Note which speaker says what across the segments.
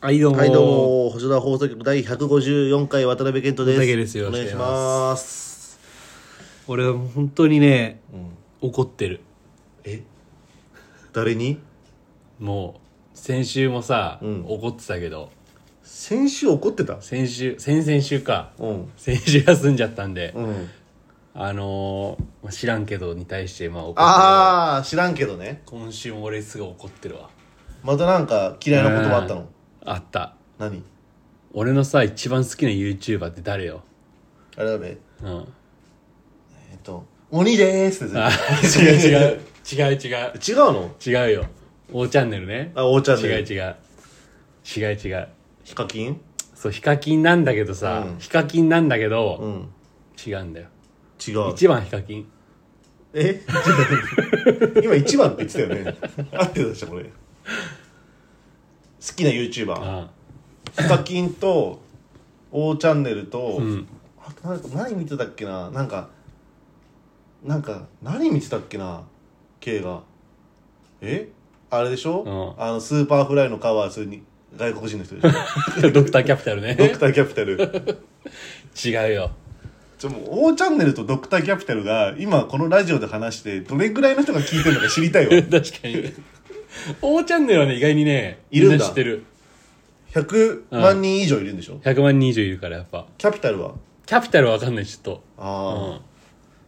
Speaker 1: はい、どうも。
Speaker 2: はい、どうも、星田放送局第154回渡辺健人です。
Speaker 1: 小竹ですよ
Speaker 2: お
Speaker 1: ろし
Speaker 2: 願
Speaker 1: く
Speaker 2: いし
Speaker 1: お願いし
Speaker 2: ます。
Speaker 1: 俺は本当にね、怒ってる。
Speaker 2: え誰に
Speaker 1: もう、先週もさ、
Speaker 2: うん
Speaker 1: 怒ってたけど、
Speaker 2: 先週怒ってた
Speaker 1: 先週、先々週か。
Speaker 2: うん。
Speaker 1: 先週休んじゃったんで、
Speaker 2: うん。
Speaker 1: あのーまあ知らんけどに対して、まあ怒ってる。
Speaker 2: あー、知らんけどね。
Speaker 1: 今週も俺すぐ怒ってるわ。
Speaker 2: またなんか嫌いなこと葉あったの
Speaker 1: あった。
Speaker 2: 何
Speaker 1: 俺のさ、一番好きな YouTuber って誰よ
Speaker 2: あれだね。
Speaker 1: うん。
Speaker 2: えっと、鬼でーすって
Speaker 1: あ、違う違う。違う違う。
Speaker 2: 違うの
Speaker 1: 違うよ。O チャンネルね。
Speaker 2: あ、おーちゃん
Speaker 1: 違う
Speaker 2: で。う。
Speaker 1: 違う。違う違う。
Speaker 2: ヒカキン
Speaker 1: そう、ヒカキンなんだけどさ、
Speaker 2: うん
Speaker 1: ヒカキンなんだけど、
Speaker 2: うん。
Speaker 1: 違うんだよ。
Speaker 2: 違う。
Speaker 1: 一番ヒカキン。
Speaker 2: え今一番って言ってたよね。 合ってたでしょ、これ。好きな YouTuber。
Speaker 1: あ
Speaker 2: ヒカキンと O チャンネルと、
Speaker 1: あうん。
Speaker 2: あとなんか何見てたっけななんかなんか何見てたっけな K がえあれでしょ、
Speaker 1: う
Speaker 2: あのスーパーフライのカバーするに外国人の人でしょ
Speaker 1: ドクターキャピタルね。
Speaker 2: ドクターキャピタル
Speaker 1: 違うよ。
Speaker 2: ちょもう O チャンネルとドクターキャピタルが今このラジオで話してどれぐらいの人が聞いてるのか知りたい わ
Speaker 1: 確かに。O チャンネルはね、意外にね、
Speaker 2: いるんだ
Speaker 1: みな知ってる。
Speaker 2: 100万人以上いるんでしょ、
Speaker 1: 100万人以上いるから、やっぱ。
Speaker 2: キャピタルは
Speaker 1: キャピタルわかんない、ちょっと。
Speaker 2: ああ、
Speaker 1: うん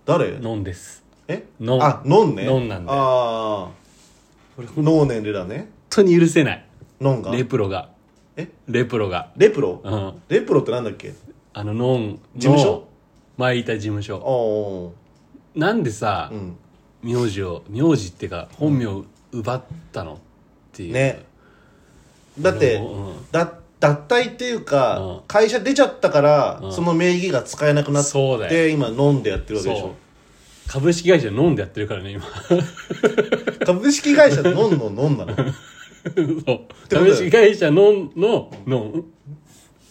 Speaker 2: 誰
Speaker 1: ノンです。
Speaker 2: え
Speaker 1: ノン
Speaker 2: あノンね
Speaker 1: ノンなんだよ
Speaker 2: ああノーネンレラね
Speaker 1: 本当に許せない。
Speaker 2: ノンが
Speaker 1: レプロが。
Speaker 2: え
Speaker 1: レプロが。
Speaker 2: レプロ、
Speaker 1: うん。
Speaker 2: レプロってなんだっけ
Speaker 1: あの、ノンの。
Speaker 2: 事務所
Speaker 1: 前いた事務
Speaker 2: あ
Speaker 1: 所。
Speaker 2: あ
Speaker 1: なんでさ、
Speaker 2: うん
Speaker 1: 名字を名字っていうか本名を奪ったのっていう
Speaker 2: ねだって、
Speaker 1: うん
Speaker 2: だ脱退っていうか、
Speaker 1: うん
Speaker 2: 会社出ちゃったから、
Speaker 1: うん
Speaker 2: その名義が使えなくなっ
Speaker 1: そうだよ
Speaker 2: て今飲んでやってるわけでし
Speaker 1: そ
Speaker 2: ょ
Speaker 1: う株式会社飲んでやってるからね 今
Speaker 2: 株式会社飲んの飲んなの
Speaker 1: そう
Speaker 2: だよ
Speaker 1: 株式会社のんののん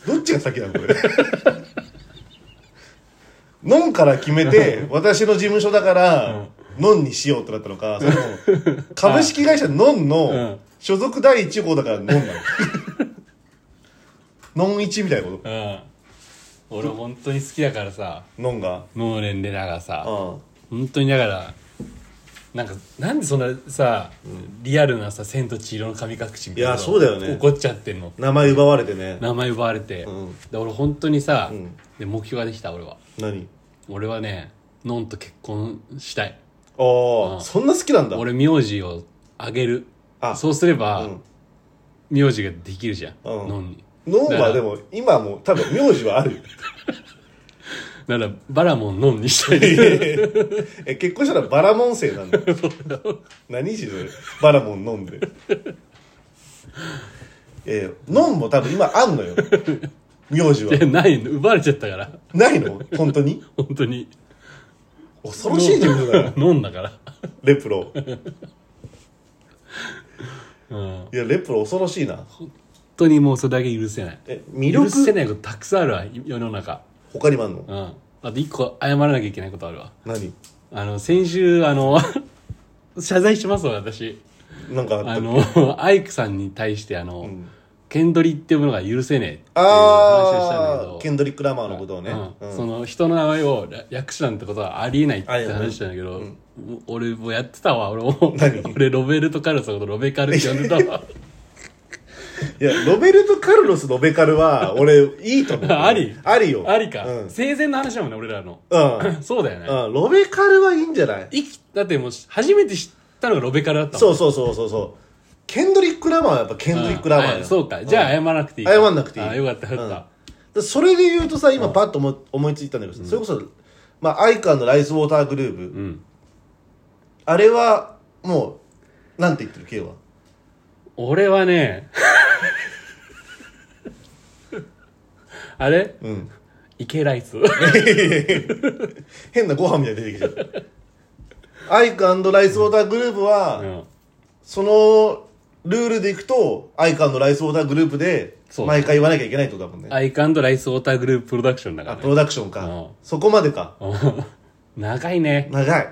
Speaker 2: どっちが先なのこれ 飲んから決めて私の事務所だから、ノンにしようってなったのか、それとも株式会社ノン
Speaker 1: うん
Speaker 2: の所属第1号だからノンなの。ノン1みたいなこと
Speaker 1: うん俺本当に好きだからさ
Speaker 2: ノンが。
Speaker 1: ノーレン・レナがさ
Speaker 2: うん。
Speaker 1: 本当にだからなんかなんでそんなさ、リアルなさ「千と千尋の神隠し」みたいない
Speaker 2: やそうだよね
Speaker 1: 怒っちゃってんの
Speaker 2: 名前奪われてね。
Speaker 1: 名前奪われて、
Speaker 2: うん
Speaker 1: で俺本当にさ、
Speaker 2: うん
Speaker 1: で目標ができた俺は
Speaker 2: 何
Speaker 1: 俺はねのんと結婚したい
Speaker 2: あ
Speaker 1: うん
Speaker 2: あ、そんな好きなんだ。
Speaker 1: 俺名字をあげる
Speaker 2: あ
Speaker 1: そうすれば、
Speaker 2: うん
Speaker 1: 名字ができるじゃん、
Speaker 2: うん
Speaker 1: のんに
Speaker 2: ノン
Speaker 1: だか
Speaker 2: は
Speaker 1: ら
Speaker 2: でも、今もう多分名字はあるよ。
Speaker 1: ならバラモンのんにした い。
Speaker 2: え、結婚したらバラモン生なんだ。何しそれ。バラモン飲んで。え、ノンも多分今あんのよ。名字はい
Speaker 1: やないの奪われちゃったから
Speaker 2: ないの本当に
Speaker 1: 本当に
Speaker 2: 恐ろしい事務所だよ。
Speaker 1: のんだから
Speaker 2: レプロ。
Speaker 1: うん
Speaker 2: いや、レプロ恐ろしいな。
Speaker 1: 本当にもうそれだけ許せない
Speaker 2: え、魅力
Speaker 1: 許せないことたくさんあるわ世の中
Speaker 2: 他にもあんの
Speaker 1: うんあと一個謝らなきゃいけないことあるわ
Speaker 2: 何
Speaker 1: あの先週あの 謝罪しますわ私
Speaker 2: なんかあった
Speaker 1: あの、 アイクさんに対して、あの、
Speaker 2: ん
Speaker 1: ケンドリっていうものが許せねえっていう話をしたんだけ
Speaker 2: ああ
Speaker 1: ど、
Speaker 2: ケンドリック・ラマーのことをね、
Speaker 1: うん
Speaker 2: うん
Speaker 1: その人の名前を略すなんてことはありえないって話したんだけど、も俺もやってたわ、俺も
Speaker 2: 何。
Speaker 1: 俺、ロベルト・カルロスのことロベカルって呼んでたわ。
Speaker 2: いやロベルト・カルロス・ロベカルは俺いいと思 う
Speaker 1: あり
Speaker 2: ありよ
Speaker 1: ありか、
Speaker 2: うん、うん
Speaker 1: 生前の話だもんね、俺らの。
Speaker 2: う
Speaker 1: そうだよね。
Speaker 2: んロベカルはいいんじゃない
Speaker 1: 生きだってもう、初めて知ったのがロベカルだったもん。
Speaker 2: そうそうそうそうそうケンドリック・ラマーはやっぱケンドリック・ラマー
Speaker 1: う
Speaker 2: や
Speaker 1: んそうか。じゃあ謝らなくていいか。
Speaker 2: 謝らなくていい
Speaker 1: あ、よかった、よかった。
Speaker 2: でそれで言うとさ今パッと思,、思いついたんだけど、それこそ、まあ、アイカンのライスウォーターグルーブ、
Speaker 1: ん
Speaker 2: あれはもうなんて言ってる K は
Speaker 1: 俺は ねあれ
Speaker 2: うん
Speaker 1: イケライス
Speaker 2: 変なご飯みたいに出てきち ゃったアイクライスウォーターグループは、
Speaker 1: うん
Speaker 2: そのルールでいくとアイクライスウォーターグループで
Speaker 1: そう
Speaker 2: 毎回言わなきゃいけないってことだもんね
Speaker 1: アイカンドライスウォーターグループプロダクションだか
Speaker 2: あ
Speaker 1: ら、
Speaker 2: プ
Speaker 1: ね
Speaker 2: ロダクションか、
Speaker 1: うん
Speaker 2: そこまでか
Speaker 1: うん、長いね
Speaker 2: 長い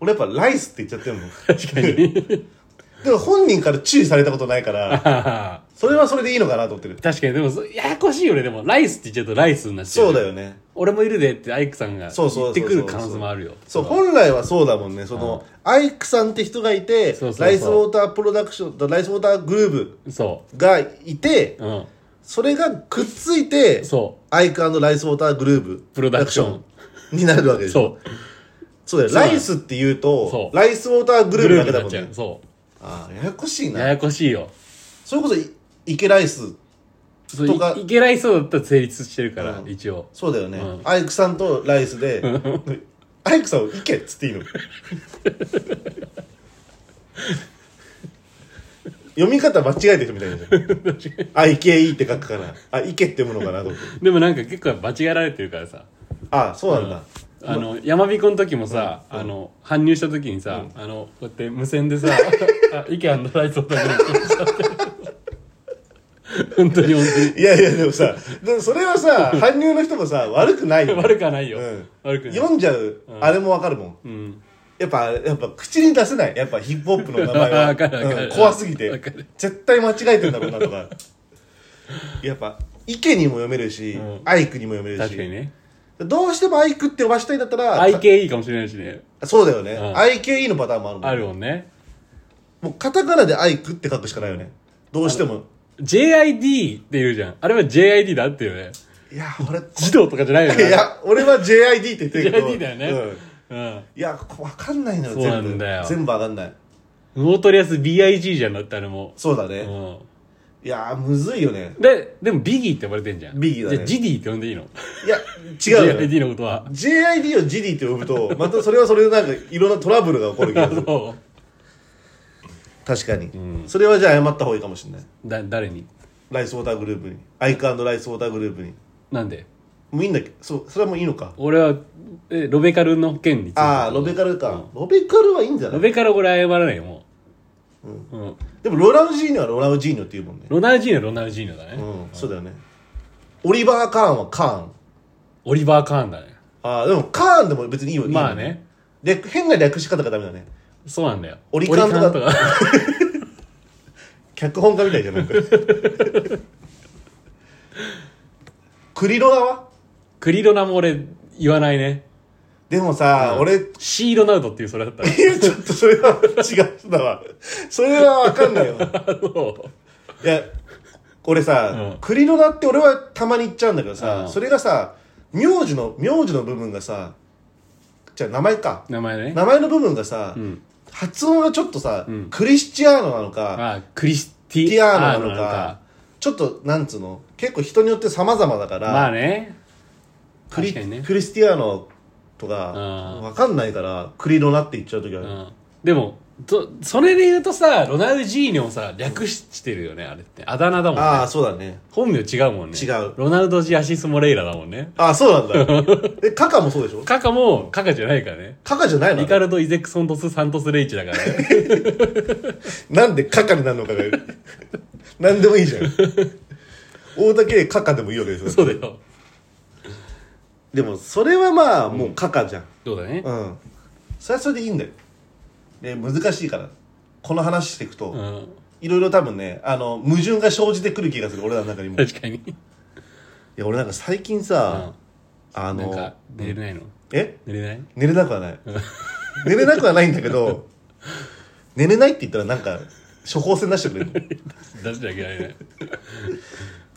Speaker 2: 俺やっぱライスって言っちゃってるもん
Speaker 1: 確かに
Speaker 2: でも本人から注意されたことないから、それはそれでいいのかなと思ってる。
Speaker 1: 確かにでもそややこしいよねでもライスって言っちゃうとライスになっちゃう
Speaker 2: そうだよね。
Speaker 1: 俺もいるでってアイクさんが
Speaker 2: そうそう
Speaker 1: 言っ
Speaker 2: そう
Speaker 1: てくる可能性もあるよ
Speaker 2: そう、
Speaker 1: れは
Speaker 2: 本来はそうだもんね。その、アイクさんって人がいて
Speaker 1: そうそう、そう
Speaker 2: ライスウォータープロダクション、ライスウォーターグルーブ
Speaker 1: そ
Speaker 2: がいて、
Speaker 1: ううん
Speaker 2: それがくっついて、
Speaker 1: そ
Speaker 2: アイクライスウォーターグルーブ
Speaker 1: プロダクション
Speaker 2: になるわけ
Speaker 1: う
Speaker 2: でしょ。
Speaker 1: そ
Speaker 2: そうだよ。
Speaker 1: そうなの
Speaker 2: ライスって言う
Speaker 1: そ
Speaker 2: と、
Speaker 1: う
Speaker 2: ライスウォーター
Speaker 1: う
Speaker 2: グルーブだ
Speaker 1: に
Speaker 2: けだ
Speaker 1: な
Speaker 2: も
Speaker 1: っ
Speaker 2: ん
Speaker 1: ちゃう
Speaker 2: ね。
Speaker 1: そ
Speaker 2: ああ、ややこしいう
Speaker 1: や
Speaker 2: な。
Speaker 1: やこしいよ
Speaker 2: それこそい、イケライス。
Speaker 1: そう
Speaker 2: とか
Speaker 1: いいけないそうだったら成立してるから、
Speaker 2: うん
Speaker 1: 一応
Speaker 2: そうだよね
Speaker 1: うん。
Speaker 2: アイクさんとライ スで、アイクさんをイケっつっていいの読み方間違えてる みたいなじゃん。あ、イケイって書くから、あ、イケって読むのかなと思って。
Speaker 1: でもなんか結構間違えられてるからさ
Speaker 2: あ、そうなんだ。
Speaker 1: あの山彦の時もさ、あの搬入した時にさ、あのこうやって無線 でさ「あ意見のライトだね」 本当に本
Speaker 2: いやいや、でもさ、でもそれはさ、搬入の人も さ、悪くない
Speaker 1: 当
Speaker 2: よ
Speaker 1: に悪くはないよ、
Speaker 2: うん
Speaker 1: 悪くない
Speaker 2: 読んじゃう、あれもわかるもん。
Speaker 1: うん
Speaker 2: やっぱ、やっぱ口に出せない。やっぱヒップホップの名前は。
Speaker 1: わかるわかる
Speaker 2: うん怖すぎ
Speaker 1: わ
Speaker 2: て
Speaker 1: かる。
Speaker 2: 絶対間違えてんだろうなとか。やっぱ、池にも読めるし、
Speaker 1: ん
Speaker 2: アイクにも読める
Speaker 1: 確
Speaker 2: し。
Speaker 1: かにね
Speaker 2: どうしてもアイクって呼ばしたいんだったら、
Speaker 1: IKE かもしれないしね
Speaker 2: そうだよね、
Speaker 1: うん
Speaker 2: IKE のパターンもあるもん。
Speaker 1: あるもんね
Speaker 2: もうカタカナでアイクって書くしかないよね。どうしても。
Speaker 1: JID って言うじゃんあれは JID だってよね
Speaker 2: いや、俺、
Speaker 1: 児童とかじゃないよね
Speaker 2: いや、俺は JID って言ってるけど。
Speaker 1: JID だよね
Speaker 2: うん
Speaker 1: うん
Speaker 2: いや、こわかんないのよ、
Speaker 1: そう
Speaker 2: 全
Speaker 1: なん
Speaker 2: 部
Speaker 1: だよ。
Speaker 2: 全部わかんない。
Speaker 1: ノートリアス BIG じゃんだってあれも
Speaker 2: そうだ
Speaker 1: う
Speaker 2: ね。
Speaker 1: ん
Speaker 2: いやー、むずいよね。
Speaker 1: ででもビギーって呼ばれてんじゃん
Speaker 2: ビギーだね
Speaker 1: じゃあジディって呼んでいいの
Speaker 2: いや、違 うよね。
Speaker 1: JID のことは
Speaker 2: JID を GD って呼ぶとまたそれはそれでなんかいろんなトラブルが起こるけ
Speaker 1: あ
Speaker 2: ど
Speaker 1: そう
Speaker 2: 確かに、それはじゃあ謝った方がいいかもしれない
Speaker 1: だ誰に
Speaker 2: ライスウォーターグループにアイクライスウォーターグループに
Speaker 1: なんで
Speaker 2: もういいんだっけそうそれはもういいのか
Speaker 1: 俺はえロベカルの件について
Speaker 2: ああロベカルか、ロベカルはいいんじゃな
Speaker 1: ロ
Speaker 2: い
Speaker 1: ベカルは俺謝らないよもう、うん
Speaker 2: でもロナウジーニョはロナウジーニョっていうもんね
Speaker 1: ロナウジーニョはロナウジーニョだね、
Speaker 2: うんそうだよねオリバー・カーンはカーン
Speaker 1: オリバー・カーンだね
Speaker 2: ああでもカーンでも別にいいよ
Speaker 1: まあ
Speaker 2: いいよ
Speaker 1: ね
Speaker 2: 略変な略し方がダメだね
Speaker 1: そうなんだよ
Speaker 2: オリカンとか
Speaker 1: オリか
Speaker 2: 脚本家みたいじゃん ないかクリロナは
Speaker 1: クリロナも俺言わないね
Speaker 2: でもさ、俺
Speaker 1: シーロナウドっていうそれだったら
Speaker 2: いやちょっとそれは違う人だわ。それはわかんないわ。
Speaker 1: あの
Speaker 2: いや、俺さ、クリロナって俺はたまに言っちゃうんだけどさ、
Speaker 1: うん
Speaker 2: それがさ、名字の、名字の部分がさ、じゃあ名前か。
Speaker 1: 名前ね
Speaker 2: 名前の部分がさ、
Speaker 1: ん
Speaker 2: 発音がちょっとさ、
Speaker 1: ん
Speaker 2: クリスチアーノなのか、
Speaker 1: あクリステ
Speaker 2: テ
Speaker 1: ィ
Speaker 2: ィアー
Speaker 1: ー
Speaker 2: ノ
Speaker 1: ノ
Speaker 2: なの
Speaker 1: な
Speaker 2: か、ちょっと、なんつうの、結構人によって様々だから、
Speaker 1: まあね
Speaker 2: クリ
Speaker 1: 確かにね
Speaker 2: クリスティアーノとか、
Speaker 1: うん
Speaker 2: わかんないから、クリロナって言っちゃうときは、
Speaker 1: うんでもとそれで言うとさロナウジーニョもさ略してるよねあれってあだ名だもんね
Speaker 2: ああ、そうだね。
Speaker 1: 本名違うもんね
Speaker 2: 違う
Speaker 1: ロナウド・ジアシス・モレイラだもんね
Speaker 2: ああ、そうな んだ。え、カカもそうでしょ
Speaker 1: カカもカカじゃないからね
Speaker 2: カカじゃないの
Speaker 1: リカルド・イゼクソントス・サントス・レイチだからね
Speaker 2: なんでカカになるのかが なんでもいいじゃん大竹カカでもいいわけですよ
Speaker 1: そうだよ
Speaker 2: でもそれはまあもうカカじゃん
Speaker 1: そうだね
Speaker 2: うん、それはそれでいいんだよで難しいからこの話していくと、
Speaker 1: うん
Speaker 2: いろいろ多分ねあの矛盾が生じてくる気がする俺らの中にもい
Speaker 1: 確かに
Speaker 2: や俺なんか最近
Speaker 1: うん
Speaker 2: さ、あ
Speaker 1: なん
Speaker 2: の
Speaker 1: か寝れないの
Speaker 2: え
Speaker 1: 寝れない
Speaker 2: 寝れなくはない寝れなくはないんだ けど寝れないって言ったらなんか処方箋出してくれる
Speaker 1: 出してあげられない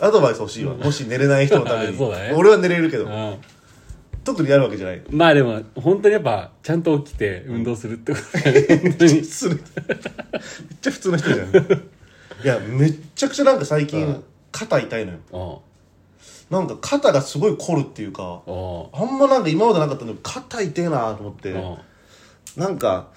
Speaker 2: アドバイス欲しいわもし寝れない人のため に
Speaker 1: そうだね
Speaker 2: 俺は寝れるけど、
Speaker 1: うん
Speaker 2: 特にやるわけじゃない
Speaker 1: まあでも本当にやっぱちゃんと起きて運動するってことだよね本当に
Speaker 2: するめっちゃ普通の人じゃんいやめっちゃくちゃなんか最近肩痛いのよ
Speaker 1: お
Speaker 2: なんか肩がすごい凝るっていうか
Speaker 1: うお
Speaker 2: あんまなんか今までなかったのに肩痛いなと思っ
Speaker 1: う
Speaker 2: て
Speaker 1: おう
Speaker 2: なんか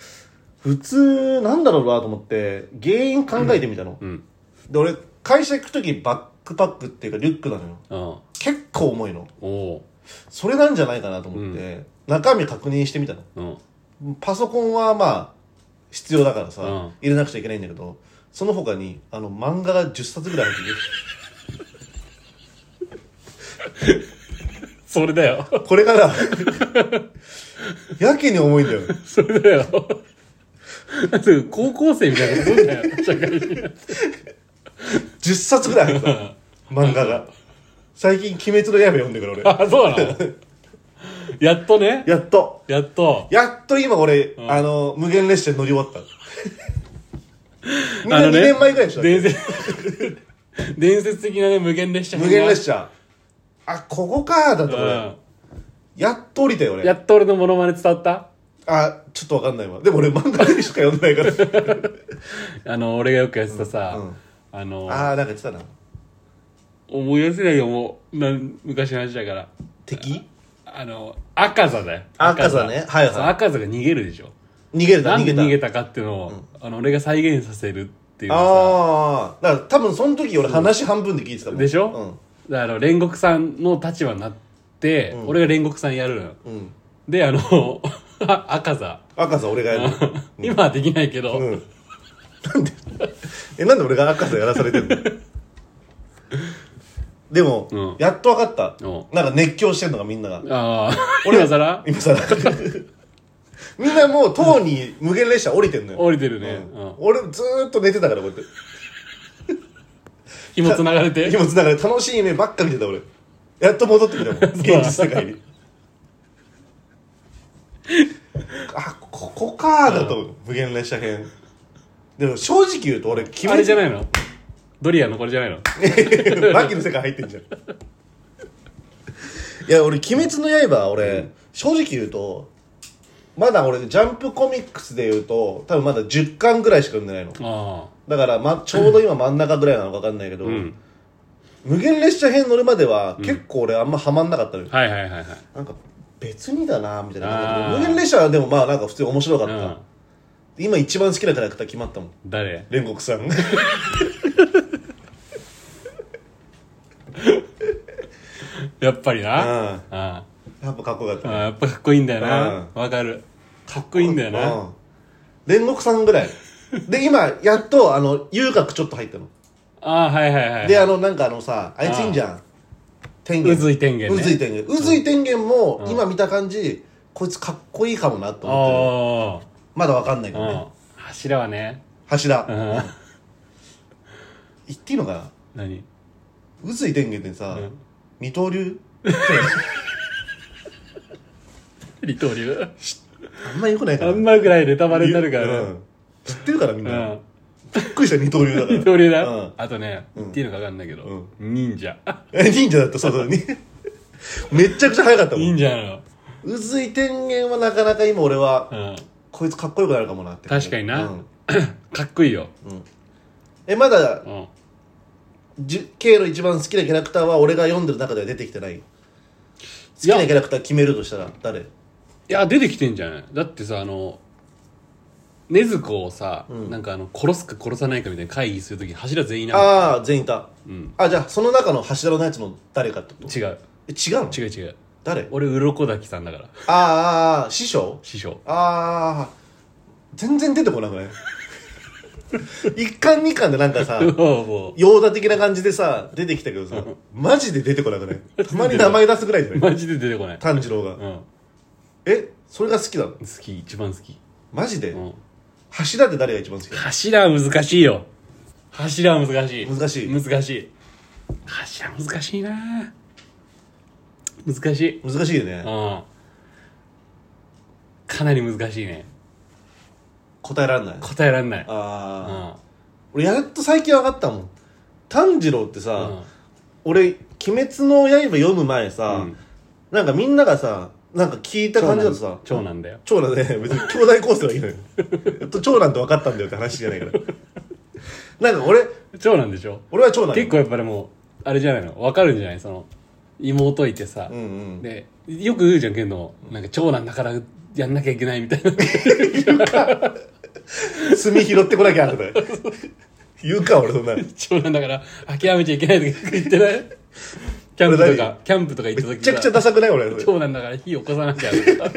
Speaker 2: 普通なんだろうなと思って原因考えてみたの、
Speaker 1: うん
Speaker 2: で俺会社行く時バックパックっていうかリュックなのよ
Speaker 1: おう
Speaker 2: 結構重いの
Speaker 1: おう
Speaker 2: それなんじゃないかなと思って、中身確認してみたの
Speaker 1: うん
Speaker 2: パソコンはまあ必要だからさ、
Speaker 1: うん
Speaker 2: 入れなくちゃいけないんだけどその他にあの漫画が10冊ぐらい入って
Speaker 1: それだ よ
Speaker 2: るこれからやけに重いんだよ
Speaker 1: それだよそう高校生みたいなことすんだよ社会人
Speaker 2: 10冊ぐらいあるから漫画が最近「鬼滅の刃」読んでくる俺
Speaker 1: あそうなのやっとね
Speaker 2: やっと
Speaker 1: やっと
Speaker 2: やっと今俺、あの無限列車に乗り 終わったみんな2年前ぐらいでしょ、
Speaker 1: 伝説伝説的なね無限列車
Speaker 2: 無限列車あここかーだと
Speaker 1: う
Speaker 2: 俺、
Speaker 1: ん
Speaker 2: やっと降りたよ俺
Speaker 1: やっと俺のモノマネ伝わった
Speaker 2: あちょっとわかんないわでも俺漫画でしか読んでないから
Speaker 1: あの俺がよくやってたさ、
Speaker 2: うんうん
Speaker 1: あの
Speaker 2: ああなんか言ってたな
Speaker 1: 思い出せないよもうなん昔の話だから
Speaker 2: 敵
Speaker 1: あの赤座だよ
Speaker 2: 赤座ねはいはい
Speaker 1: そう赤座が逃げるでしょ
Speaker 2: 逃げるな
Speaker 1: なん
Speaker 2: 逃げ
Speaker 1: で
Speaker 2: た
Speaker 1: 逃げたかっていうのを、あの俺が再現させるっていうさ
Speaker 2: ああだから多分その時俺話半分で聞いてたもん
Speaker 1: でしょ、
Speaker 2: うん
Speaker 1: だからあの煉獄さんの立場になって、俺が煉獄さんやるのよ、
Speaker 2: ん
Speaker 1: であの 赤座
Speaker 2: 赤座俺がやる
Speaker 1: 今はできないけど、
Speaker 2: うんなんでえなんで俺が赤座やらされてんの でも、
Speaker 1: うん
Speaker 2: やっと分かった、
Speaker 1: うん
Speaker 2: なんか熱狂してんのがみんなが
Speaker 1: ああ今更
Speaker 2: 今さ みんなもうとうに無限列車降りてんのよ
Speaker 1: 降りてるね、
Speaker 2: うん
Speaker 1: うん
Speaker 2: 俺ずーっと寝てたからこうやっ
Speaker 1: 紐つながれて
Speaker 2: て今つながら楽しい夢ばっか見てた俺やっと戻ってきた もん現実世界にあここかーだと思う、無限列車編でも正直言うと俺決
Speaker 1: あれじゃ
Speaker 2: い
Speaker 1: ないのドリアンのこれじゃないの
Speaker 2: バキの世界入ってんじゃんいや俺「鬼滅の刃は俺」正直言うとまだ俺ジャンプコミックスで言うと多分まだ10巻ぐらいしか読んでないの
Speaker 1: あ
Speaker 2: だから、ま、ちょうど今真ん中ぐらいなのか分かんないけど、
Speaker 1: あうん
Speaker 2: 無限列車編乗るまでは結構俺あんまハマんなかったのよ、
Speaker 1: はいはいはいはい
Speaker 2: なんか別にだなみたいな感じ
Speaker 1: あ
Speaker 2: で
Speaker 1: ー
Speaker 2: 無限列車はでもまあなんか普通に面白かっ
Speaker 1: う
Speaker 2: た、
Speaker 1: ん
Speaker 2: で今一番好きなキャラクター決まったもん
Speaker 1: 誰
Speaker 2: 煉獄 さん
Speaker 1: やっぱりな
Speaker 2: うん
Speaker 1: あ
Speaker 2: やっぱかっこよかっ
Speaker 1: あ
Speaker 2: た
Speaker 1: やっぱかっこいいんだよな
Speaker 2: う
Speaker 1: わかるかっこいいんだよな
Speaker 2: うん煉獄さん ぐらいで今やっとあの遊郭ちょっと入ったの
Speaker 1: ああはいはいはい
Speaker 2: であのなんかあのさあいついいんじゃん天元
Speaker 1: 渦井天元ね
Speaker 2: 渦井天元渦井天元も今見た感じこいつかっこいいかもなと思ってる
Speaker 1: あ
Speaker 2: まだわかんないけ
Speaker 1: あ
Speaker 2: ど
Speaker 1: う
Speaker 2: ね
Speaker 1: ん柱はね
Speaker 2: 柱
Speaker 1: う
Speaker 2: 言
Speaker 1: ん
Speaker 2: っていいのかな
Speaker 1: 何
Speaker 2: 渦井天元ってさ
Speaker 1: うん
Speaker 2: 二刀流
Speaker 1: 離島流
Speaker 2: あんまよくないか
Speaker 1: あ
Speaker 2: ら
Speaker 1: んまよくないネタバレになるから
Speaker 2: う
Speaker 1: ね
Speaker 2: ん知ってるからみん
Speaker 1: う
Speaker 2: なんびっくりした二刀流だから
Speaker 1: 二刀流だ
Speaker 2: う
Speaker 1: よ
Speaker 2: ん
Speaker 1: あとね言っていいのか分かんないけど忍者
Speaker 2: え忍者だったそうそうに めっちゃくちゃ早かったもん
Speaker 1: 忍者なの
Speaker 2: 渦井天元はなかなか今俺は
Speaker 1: うん
Speaker 2: こいつかっこよくなるかもなって
Speaker 1: 確かにな
Speaker 2: うん
Speaker 1: かっこいいよ
Speaker 2: えまだ
Speaker 1: うん
Speaker 2: じゅ K の一番好きなキャラクターは俺が読んでる中では出てきてない好き
Speaker 1: や
Speaker 2: なキャラクター決めるとしたら誰
Speaker 1: いや出てきてんじゃないだってさあの禰豆子をさ、なんかあの殺すか殺さないかみたいな会議するとき柱全員いなかっ
Speaker 2: ああ全員いた、あじゃあその中の柱のやつの誰かってこと
Speaker 1: た違う
Speaker 2: え違うの
Speaker 1: 違う違う
Speaker 2: 誰
Speaker 1: 俺鱗滝さんだから
Speaker 2: ああああ師匠
Speaker 1: 師匠
Speaker 2: ああ全然出てこなくない一巻二巻でなんか さ
Speaker 1: そうそ
Speaker 2: 洋田的な感じでさ出てきたけどさマジで出てこなくないたまに名前出すぐらいじゃ
Speaker 1: う
Speaker 2: ない
Speaker 1: マジで出てこない、
Speaker 2: 炭治郎が
Speaker 1: うん、好
Speaker 2: えそれが好きなの
Speaker 1: き一番好き、
Speaker 2: マジで
Speaker 1: うん、
Speaker 2: 柱って誰が一番好き
Speaker 1: 柱は難しいよ柱は難しい
Speaker 2: 難しい
Speaker 1: 難しい柱難しいな難しい
Speaker 2: 難しいよね
Speaker 1: うんかなり難しいね
Speaker 2: 答えられない
Speaker 1: 答えられない
Speaker 2: あ
Speaker 1: う
Speaker 2: あ、
Speaker 1: ん
Speaker 2: 俺やっと最近分かったもん炭治郎ってさ、
Speaker 1: うん
Speaker 2: 俺「鬼滅の刃」読む前さ、
Speaker 1: うん
Speaker 2: なんかみんながさなんか聞いた感じだとさ
Speaker 1: 長男だよ
Speaker 2: 長男ね 別に兄弟構成はいい のよやっと長男と分かったんだよって話じゃないからなんか俺
Speaker 1: 長男でしょ
Speaker 2: 俺は長男
Speaker 1: 結構やっぱでもあれじゃないの分かるんじゃないその妹いてさ、
Speaker 2: うんうん
Speaker 1: でよく言うじゃんけんのなんか長男だからやんなきゃいけないみたいな
Speaker 2: 炭拾ってこなきゃ あんたね言うか俺そんなめ
Speaker 1: 長男だから諦めちゃいけないとか言ってないキャンプとかキャンプとか行った時
Speaker 2: ちゃくちゃダサくない俺
Speaker 1: 長男だから火起こさなきゃと か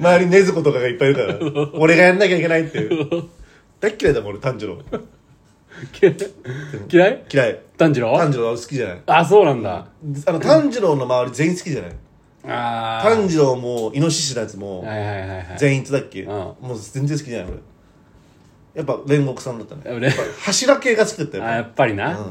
Speaker 2: 周りに禰豆子とかがいっぱいいる から俺がやんなきゃいけないっていう大っ嫌いだもん俺炭治郎
Speaker 1: 嫌い
Speaker 2: 嫌い
Speaker 1: 炭治郎
Speaker 2: 炭治郎好きじゃない
Speaker 1: あそうなんだ
Speaker 2: あの炭治郎の周り全員好きじゃない
Speaker 1: ああ
Speaker 2: 炭治郎もイノシシのやつも
Speaker 1: はいはいはいはい
Speaker 2: 全員ってだっけ、
Speaker 1: うん
Speaker 2: もう全然好きじゃない俺やっぱ煉獄さんだったね
Speaker 1: やっぱね
Speaker 2: 柱系が好きだった
Speaker 1: あ
Speaker 2: よ
Speaker 1: ーやっぱりな、
Speaker 2: うん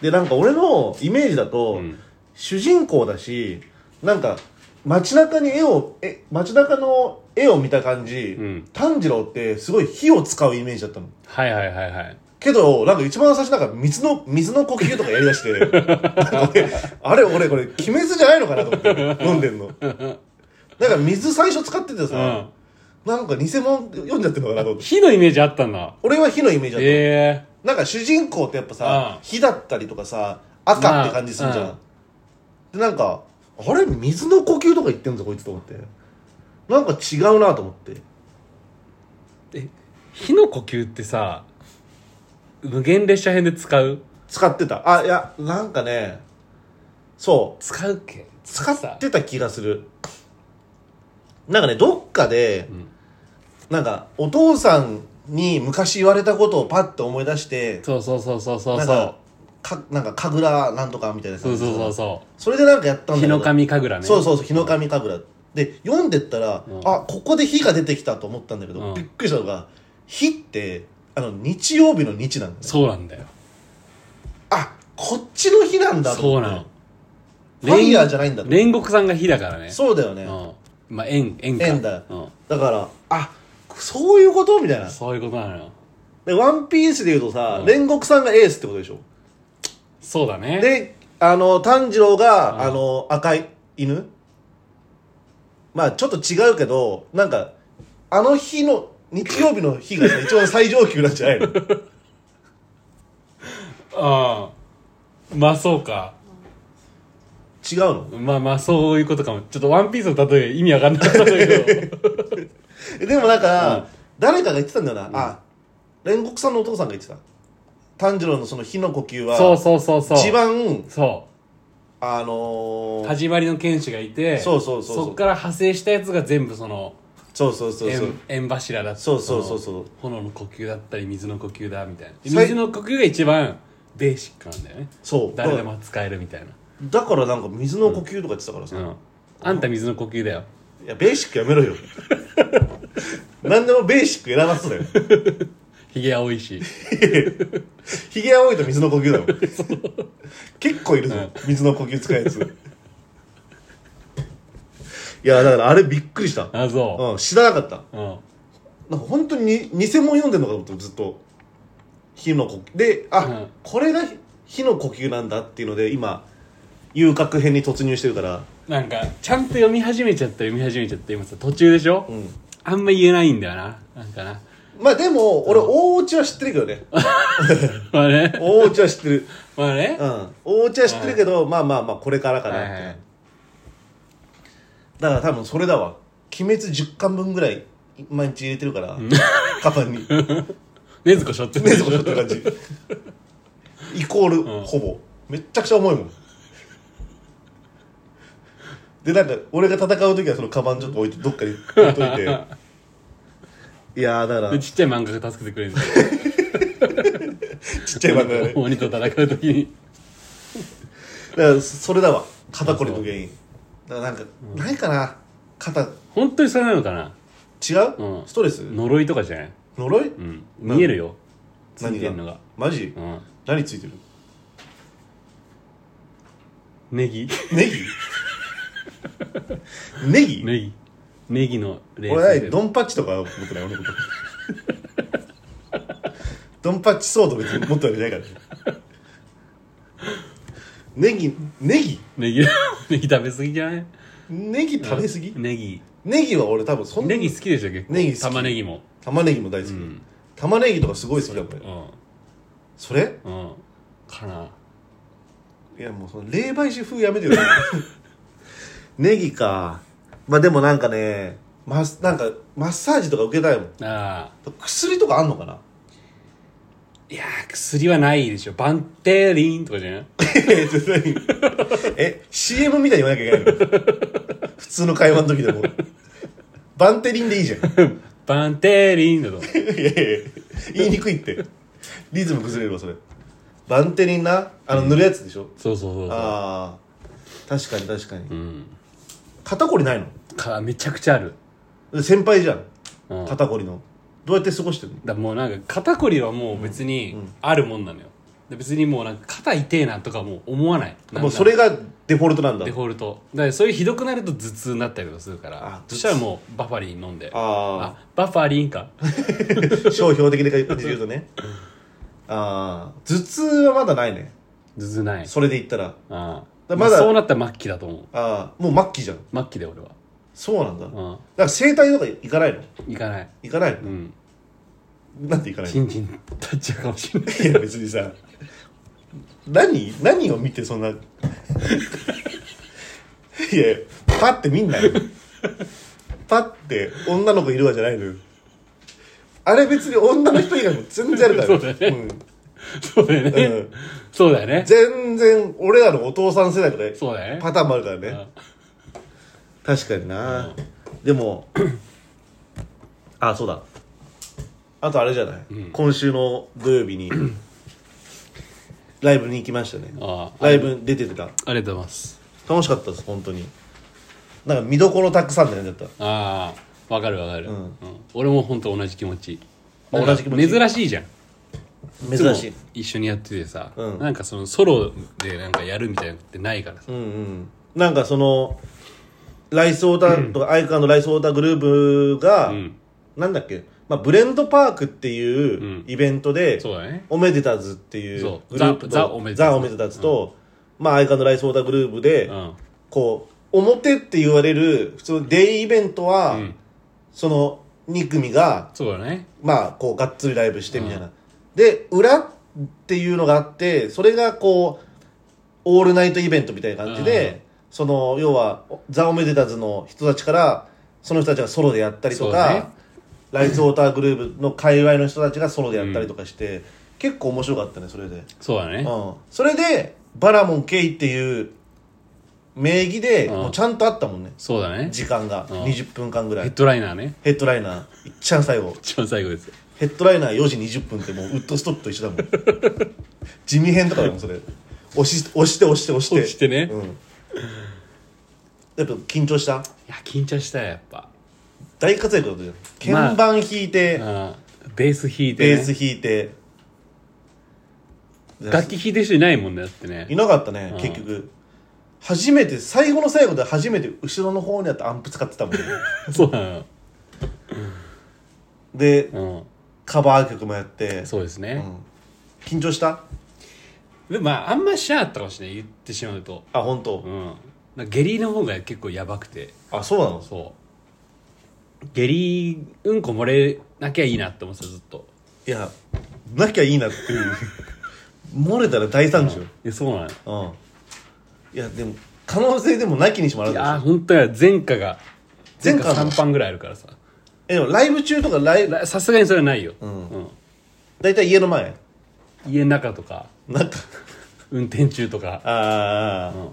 Speaker 2: でなんか俺のイメージだと、
Speaker 1: ん
Speaker 2: 主人公だしなんか街中に絵をえ街中の絵を見た感じ、
Speaker 1: うん
Speaker 2: 炭治郎ってすごい火を使うイメージだったの
Speaker 1: はいはいはいはい
Speaker 2: けどなんか一番最初なんか水の水の呼吸とかやりだ してなんか俺あれ俺これ鬼滅じゃないのかなと思って飲んでんのなんか水最初使っててさ、なんか偽物読んじゃってるのかなと思って
Speaker 1: 火のイメージあったんだ
Speaker 2: 俺は火のイメージだったの
Speaker 1: え
Speaker 2: なんか主人公ってやっぱさ、
Speaker 1: うん
Speaker 2: 火だったりとかさ赤って感じするじゃん、
Speaker 1: まあ
Speaker 2: でなんかあれ水の呼吸とか言ってんぞこいつと思ってなんか違うなと思って
Speaker 1: え火の呼吸ってさ無限列車編で使う
Speaker 2: 使ってたあいやなんかねそう
Speaker 1: 使うっけ
Speaker 2: 使
Speaker 1: た
Speaker 2: ってた気がするなんかねどっかで、
Speaker 1: ん
Speaker 2: なんかお父さんに昔言われたことをパッと思い出して
Speaker 1: そうそうそうそうそう
Speaker 2: なん
Speaker 1: そう
Speaker 2: かかなんか神楽なんとかみたいな
Speaker 1: そう
Speaker 2: 感じ
Speaker 1: そうそう
Speaker 2: そ
Speaker 1: そ
Speaker 2: れでなんかやった
Speaker 1: う
Speaker 2: んだけ
Speaker 1: 火
Speaker 2: ど
Speaker 1: の神神楽ね
Speaker 2: そうそうそう日の神神楽で読んでったら、
Speaker 1: うん
Speaker 2: あここで火が出てきたと思ったんだけど、
Speaker 1: うん
Speaker 2: びっくりしたのが火ってあの日曜日の日なんだね
Speaker 1: そうなんだよ
Speaker 2: あこっちの火なんだと
Speaker 1: そ
Speaker 2: 思
Speaker 1: う
Speaker 2: って
Speaker 1: なの
Speaker 2: ファイヤーじゃないんだと
Speaker 1: 煉獄さんが火だからね
Speaker 2: そうだよね、
Speaker 1: うんまあ縁縁か
Speaker 2: 縁だ
Speaker 1: うん
Speaker 2: だからあそういうことみたいな
Speaker 1: そういうことなのよ
Speaker 2: で「ワンピースでいうとさ、
Speaker 1: うん
Speaker 2: 煉獄さんがエースってことでしょ
Speaker 1: そうだね
Speaker 2: であの炭治郎が、
Speaker 1: うん
Speaker 2: あの赤い犬まあちょっと違うけどなんかあの日の日曜日の日が さ一番最上級なんじゃないの
Speaker 1: ああまあそうか
Speaker 2: 違うの
Speaker 1: まあまあそういうことかもちょっと「ワンピースの例え意味わかんなかったんだけ ど
Speaker 2: えでもなんか、
Speaker 1: うん
Speaker 2: 誰かが言ってたんだよな、あ煉獄さんのお父さんが言ってた炭治郎のその火の呼吸は
Speaker 1: そうそうそうそう
Speaker 2: 一番
Speaker 1: そ
Speaker 2: あ
Speaker 1: う
Speaker 2: のー、
Speaker 1: 始まりの剣士がいて
Speaker 2: そうそうそうそう
Speaker 1: そっから派生したやつが全部その
Speaker 2: そうそうそうそう
Speaker 1: 縁縁柱だった
Speaker 2: そうそうそうそう
Speaker 1: の炎の呼吸だったり水の呼吸だみたいな
Speaker 2: 最
Speaker 1: 水の呼吸が一番ベーシックなんだよね
Speaker 2: そう
Speaker 1: 誰でも使えるみたいな
Speaker 2: だからなんか水の呼吸とか言ってたからさ、
Speaker 1: うんあんた水の呼吸だよ
Speaker 2: いやベーシックやめろ よ何でもベーシック選ばすなよ
Speaker 1: ひげ青いし
Speaker 2: ひげ青いと水の呼吸だもん結構いるぞ、水の呼吸使うやついやだからあれびっくりした、
Speaker 1: あそ
Speaker 2: うん、知らなかった
Speaker 1: ううん
Speaker 2: なんか本当にに偽物読んでんのかと思ってずっと火の呼吸であ、
Speaker 1: うん
Speaker 2: これが火の呼吸なんだっていうので今遊郭編に突入してるから
Speaker 1: なんかちゃんと読み始めちゃった読み始めちゃった今さ途中でしょ、
Speaker 2: ん
Speaker 1: あんま言えないんだよななんかな
Speaker 2: まあでも俺大内は知ってるけどね
Speaker 1: まあね
Speaker 2: 大内は知ってる
Speaker 1: まあね
Speaker 2: うん大内は知ってるけど、まあまあまあこれからかなって、
Speaker 1: はいはい
Speaker 2: だから多分それだわ鬼滅10巻分ぐらい毎日入れてるから、カバンに
Speaker 1: 禰豆子しょって
Speaker 2: ねそこって感じイコール、
Speaker 1: ん
Speaker 2: ほぼめっちゃくちゃ重いもんでなんか俺が戦う時はそのカバンちょっと置いてどっかに置いといていやーだから
Speaker 1: で
Speaker 2: ち
Speaker 1: ちっちゃい漫画が助けてくれるん ですよ
Speaker 2: っちゃい漫画だね
Speaker 1: 鬼と戦う時に
Speaker 2: だからそれだわ肩こりの原因だからなんか、ないかな肩違う、
Speaker 1: 本当にそれなのかなうん
Speaker 2: ストレス
Speaker 1: 呪いとかじゃない、
Speaker 2: 呪い、
Speaker 1: うん、見えるよつ
Speaker 2: 何
Speaker 1: い
Speaker 2: が
Speaker 1: てんのが
Speaker 2: マジ、
Speaker 1: うん
Speaker 2: 何ついてる
Speaker 1: ネギ
Speaker 2: ネギネギ
Speaker 1: ネギネギのレ
Speaker 2: 俺
Speaker 1: で
Speaker 2: ドンパッチとか持ってない俺のこと ドンパッチソード別に持ってるわけじゃないからねネギネギ
Speaker 1: ネギ ネギ食べ過ぎじゃない
Speaker 2: ネギ食べ過ぎ、
Speaker 1: ネギ
Speaker 2: ネギは俺多分そんな
Speaker 1: ネギ好きでしょ結構
Speaker 2: ネギ好き
Speaker 1: 玉ねぎも
Speaker 2: 玉ねぎも大好き、
Speaker 1: ん
Speaker 2: 玉ねぎとかすごい好きだ
Speaker 1: う
Speaker 2: もん俺
Speaker 1: ん
Speaker 2: それ
Speaker 1: うんかない
Speaker 2: やもうその霊媒師風やめてよ ネギかまあでもなんかねマスなんかマッサージとか受けたいもん
Speaker 1: ああ
Speaker 2: 薬とかあんのかない
Speaker 1: やー薬はないでしょバンテリンとかじゃない
Speaker 2: えちょっと何え CM みたいに言わなきゃいけないの 普通の会話の時でもバンテリンでいいじゃんい
Speaker 1: バンテリンだと
Speaker 2: やいやいや言いにくいってリズム崩れるわそれバンテリンなあの塗るやつでしょ、
Speaker 1: そうそうそうそう
Speaker 2: ああ確かに確かに、
Speaker 1: うん
Speaker 2: 肩こりない
Speaker 1: かめちゃくちゃある、
Speaker 2: の先輩じゃん
Speaker 1: うん、だか
Speaker 2: 肩こりのどうやって過ごしてるの
Speaker 1: らもうなんか肩こりはもう別にあるもんなのよで別にもうなんか肩痛えなとかもう思わないなん
Speaker 2: も
Speaker 1: なら
Speaker 2: うそれがデフォルトなんだ
Speaker 1: デフォルトだからそれひどくなると頭痛になったりとかするか
Speaker 2: あ
Speaker 1: ら
Speaker 2: 頭痛
Speaker 1: そしたらもうバファリン飲んで
Speaker 2: あ
Speaker 1: バファリンか
Speaker 2: あ商標的な感じで言うとねああ頭痛はまだないね
Speaker 1: 頭痛ない
Speaker 2: それで言ったら
Speaker 1: あ
Speaker 2: だ
Speaker 1: あ
Speaker 2: ま
Speaker 1: まだ
Speaker 2: だ
Speaker 1: そうなったら末期だと思う
Speaker 2: ああもう末期じゃん
Speaker 1: 末期で俺は
Speaker 2: そうなんだだか
Speaker 1: うん
Speaker 2: ら整体とか行かないの
Speaker 1: 行かない
Speaker 2: 行かないの
Speaker 1: うん
Speaker 2: なんで行かないの
Speaker 1: チンチン立っちゃうかもしれない
Speaker 2: いや別にさ何何を見てそんないやパッて見んなよパッて女の子いるわじゃないのよあれ別に女の人以外も全然あるから
Speaker 1: そうだよねそうだよね、
Speaker 2: うんうん
Speaker 1: そうだよね
Speaker 2: 全然俺らのお父さん世代から
Speaker 1: そうだよね
Speaker 2: パターンもあるからね確かになでもあそうだあとあれじゃない、今週の土曜日にライブに行きましたね
Speaker 1: ああ
Speaker 2: ライブに出てた
Speaker 1: ありがとうございます
Speaker 2: 楽しかったです本当になんか見どころたくさんだよねだったら
Speaker 1: ああわかるわかる、
Speaker 2: ん
Speaker 1: うん俺も本当同じ気持ち
Speaker 2: あ
Speaker 1: なんか
Speaker 2: 同じ気持ち
Speaker 1: 珍しいじゃん
Speaker 2: 珍し
Speaker 1: つ
Speaker 2: い
Speaker 1: も一緒にやっててさ、
Speaker 2: うん
Speaker 1: なんかそのソロでなんかやるみたいなのってないからさ
Speaker 2: うんうんなんかそのライスオーダーとかアイカのライスオーダーグループが、
Speaker 1: ん
Speaker 2: なんだっけ、まあ、ブレンドパークっていう
Speaker 1: うん
Speaker 2: イベントで、
Speaker 1: そうだね
Speaker 2: おめでたずっていう
Speaker 1: そう
Speaker 2: グループと
Speaker 1: ザザおめでたず
Speaker 2: ザおめでたずと、まあ相方のライスオーダーグループで、
Speaker 1: うん
Speaker 2: こう表って言われる普通のデイイベントは、
Speaker 1: ん
Speaker 2: その2組が
Speaker 1: そうだね
Speaker 2: まあこうがっつりライブしてみたいな、で裏っていうのがあってそれがこうオールナイトイベントみたいな感じで、その要はザおめでたずの人たちからその人たちがソロでやったりと
Speaker 1: そうだね
Speaker 2: か、ライスウォーターグループの界隈の人たちがソロでやったりとかして、結構面白かったねそれで、
Speaker 1: そうだね
Speaker 2: うん、それでバラモン K っていう名義で
Speaker 1: うん
Speaker 2: もうちゃんとあったもんね
Speaker 1: そうだね
Speaker 2: 時間が
Speaker 1: うん
Speaker 2: 20分間ぐら
Speaker 1: ヘ
Speaker 2: い
Speaker 1: ッドライナーね
Speaker 2: ヘッドライナーいっちゃん最後
Speaker 1: 一番最後です
Speaker 2: ヘッドライナー4時20分ってもうウッドストップと一緒だもん 地味編とかだもんそれ押し押して押して押して
Speaker 1: 押してね
Speaker 2: うん、やっぱ緊張した
Speaker 1: いや緊張したよやっぱ
Speaker 2: 大活躍だったじゃん
Speaker 1: まあ
Speaker 2: 鍵盤弾いて、
Speaker 1: うんベース弾いて、
Speaker 2: ベ
Speaker 1: ね、
Speaker 2: ース弾いて
Speaker 1: 楽器弾いてる人いないもんねだって
Speaker 2: い
Speaker 1: ね
Speaker 2: なかったね、
Speaker 1: うん
Speaker 2: 結局初めて最後の最後で初めて後ろの方にあったアンプ使って たもんね
Speaker 1: そうなの
Speaker 2: で
Speaker 1: よ、
Speaker 2: カバー曲もやって
Speaker 1: うん、そうです
Speaker 2: う
Speaker 1: ね、
Speaker 2: ん緊張した
Speaker 1: でもまああんましなかったかもしれない言ってしまうと
Speaker 2: あ本当、
Speaker 1: うんなんか下痢の方が結構やばくて
Speaker 2: あそうなの
Speaker 1: そう下痢うんこ漏れなきゃいいなって思ってたずっと
Speaker 2: いやなきゃいいなっていう 漏れたら大惨事よ、
Speaker 1: いやそうなの
Speaker 2: うんいやでも可能性でもなきにしもあら
Speaker 1: い
Speaker 2: ず
Speaker 1: やー本当や前科が
Speaker 2: 前
Speaker 1: 前
Speaker 2: 科あ
Speaker 1: 科
Speaker 2: んの
Speaker 1: 3パンぐらいあるからさ
Speaker 2: えでもライブ中とかライ
Speaker 1: らさすがにそれはないよ、
Speaker 2: ん
Speaker 1: うん
Speaker 2: 大体家の前
Speaker 1: 家の中とか
Speaker 2: なんか
Speaker 1: 運転中とか
Speaker 2: ああ、
Speaker 1: うん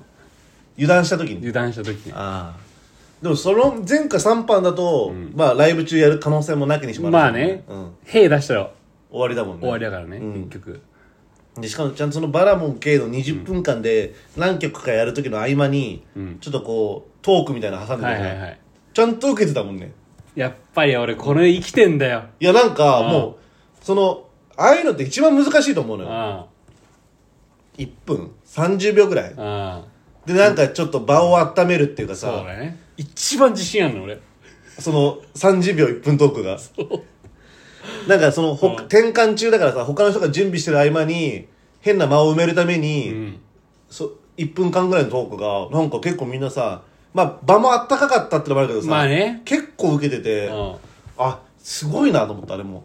Speaker 2: 油断した時に
Speaker 1: 油断した時に
Speaker 2: ああでもその前科3班だと、まあライブ中やる可能性もなきにしも
Speaker 1: ま
Speaker 2: あ
Speaker 1: あ
Speaker 2: らず
Speaker 1: ね、
Speaker 2: うん、
Speaker 1: 兵出したら
Speaker 2: 終わりだもんね
Speaker 1: 終わりだからね、
Speaker 2: うん
Speaker 1: 結局
Speaker 2: でしかもちゃんとそのバラモン K の20分間で何曲かやる時の合間に、
Speaker 1: ん
Speaker 2: ちょっとこうトークみたいなの挟んでた
Speaker 1: は
Speaker 2: じ
Speaker 1: い
Speaker 2: ゃん
Speaker 1: はいはい
Speaker 2: ちゃんと受けてたもんね
Speaker 1: やっぱり俺これ生きてんだよ
Speaker 2: いやなんか
Speaker 1: うん
Speaker 2: もうそのああいうのって一番難しいと思うのよ
Speaker 1: あ
Speaker 2: 1分30秒ぐらい
Speaker 1: あああ
Speaker 2: でなんかちょっと場を温めるっていうか
Speaker 1: そう
Speaker 2: さ
Speaker 1: だね一番自信あるの俺
Speaker 2: その30秒1分トークがなんかそのほ転換中だからさ他の人が準備してる合間に変な間を埋めるために、
Speaker 1: ん
Speaker 2: そ1分間ぐらいのトークがなんか結構みんなさまあ場もあったかかったってのもあるけどさ、
Speaker 1: まあね
Speaker 2: 結構受けてて、
Speaker 1: うん
Speaker 2: あすごいなと思ったあれも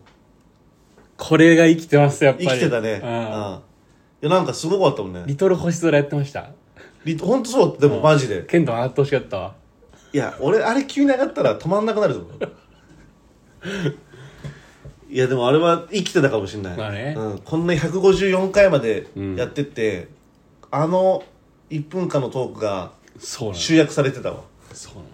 Speaker 1: これが生きてますやっぱ
Speaker 2: 生
Speaker 1: り
Speaker 2: きてたね、
Speaker 1: う
Speaker 2: うんんいやなんかすごかったもんね
Speaker 1: リトル星空やってました
Speaker 2: り本当そうだったでもマジで
Speaker 1: 剣道上がってほしかったわ
Speaker 2: いや俺あれ急に上がったら止まんなくなると思う いやでもあれは生きてたかもしれない、
Speaker 1: まあね
Speaker 2: うん、こんなに154回までやってって、あの1分間のトークが
Speaker 1: そうなの
Speaker 2: 集約されてたわ
Speaker 1: そうなの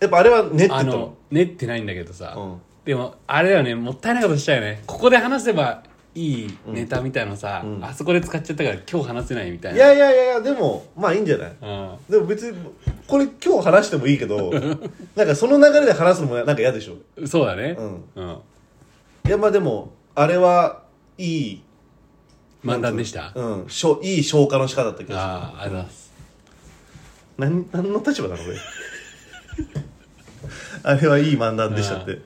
Speaker 2: やっぱあれは練ってた
Speaker 1: あ
Speaker 2: の
Speaker 1: の練ってないんだけどさ、
Speaker 2: うん
Speaker 1: でもあれだよねもったいないことしたよねここで話せばいいネタみたいのさ、
Speaker 2: うん
Speaker 1: あそこで使っちゃったから今日話せないみたい
Speaker 2: い
Speaker 1: な
Speaker 2: やいやいやいやでもまあいいんじゃない
Speaker 1: うん
Speaker 2: でも別にこれ今日話してもいい けどなんかその流れで話すのもなんか嫌でしょ
Speaker 1: そうだね
Speaker 2: うん
Speaker 1: うん
Speaker 2: いやまあでもあれはいい
Speaker 1: 漫談でしたあ
Speaker 2: うんしょいい消化の仕方だったけど
Speaker 1: あーありがとうございます
Speaker 2: 何何の立場なの俺 あれはいい漫談でしたって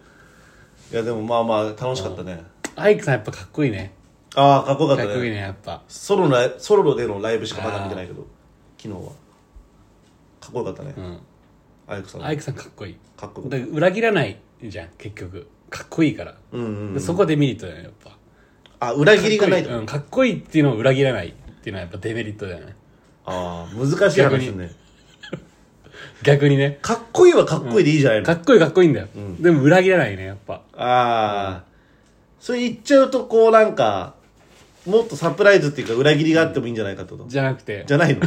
Speaker 2: いやでもまあまあ楽しかったね
Speaker 1: アイクさんやっぱかっこいいね
Speaker 2: ああかっこよか
Speaker 1: か
Speaker 2: っ
Speaker 1: ったこいい
Speaker 2: ね
Speaker 1: ねやっぱ
Speaker 2: ソロなソロでのライブしかまだ見てないけど昨日はかっこよかったね
Speaker 1: うん
Speaker 2: アイクさん
Speaker 1: アイクさんかっこいい
Speaker 2: かっこよか
Speaker 1: だ
Speaker 2: っ
Speaker 1: から裏切らないじゃん結局かっこいいから、
Speaker 2: たうんうんう
Speaker 1: で
Speaker 2: ん
Speaker 1: そこデメリットだよねやっぱ
Speaker 2: あ裏切りがないと
Speaker 1: かっこいいうん、かっこいいっていうのを裏切らないっていうのはやっぱデメリットだよね
Speaker 2: ああ難しい話です
Speaker 1: 逆
Speaker 2: ね
Speaker 1: 逆にね
Speaker 2: かっこいいはかっこいいでいいじゃないの
Speaker 1: かっこいいかっこいいんだよ、でも裏切らないねやっぱ
Speaker 2: ああ、それ言っちゃうとこうなんかもっとサプライズっていうか裏切りがあってもいいんじゃないかってこと
Speaker 1: じゃなくて
Speaker 2: じゃないの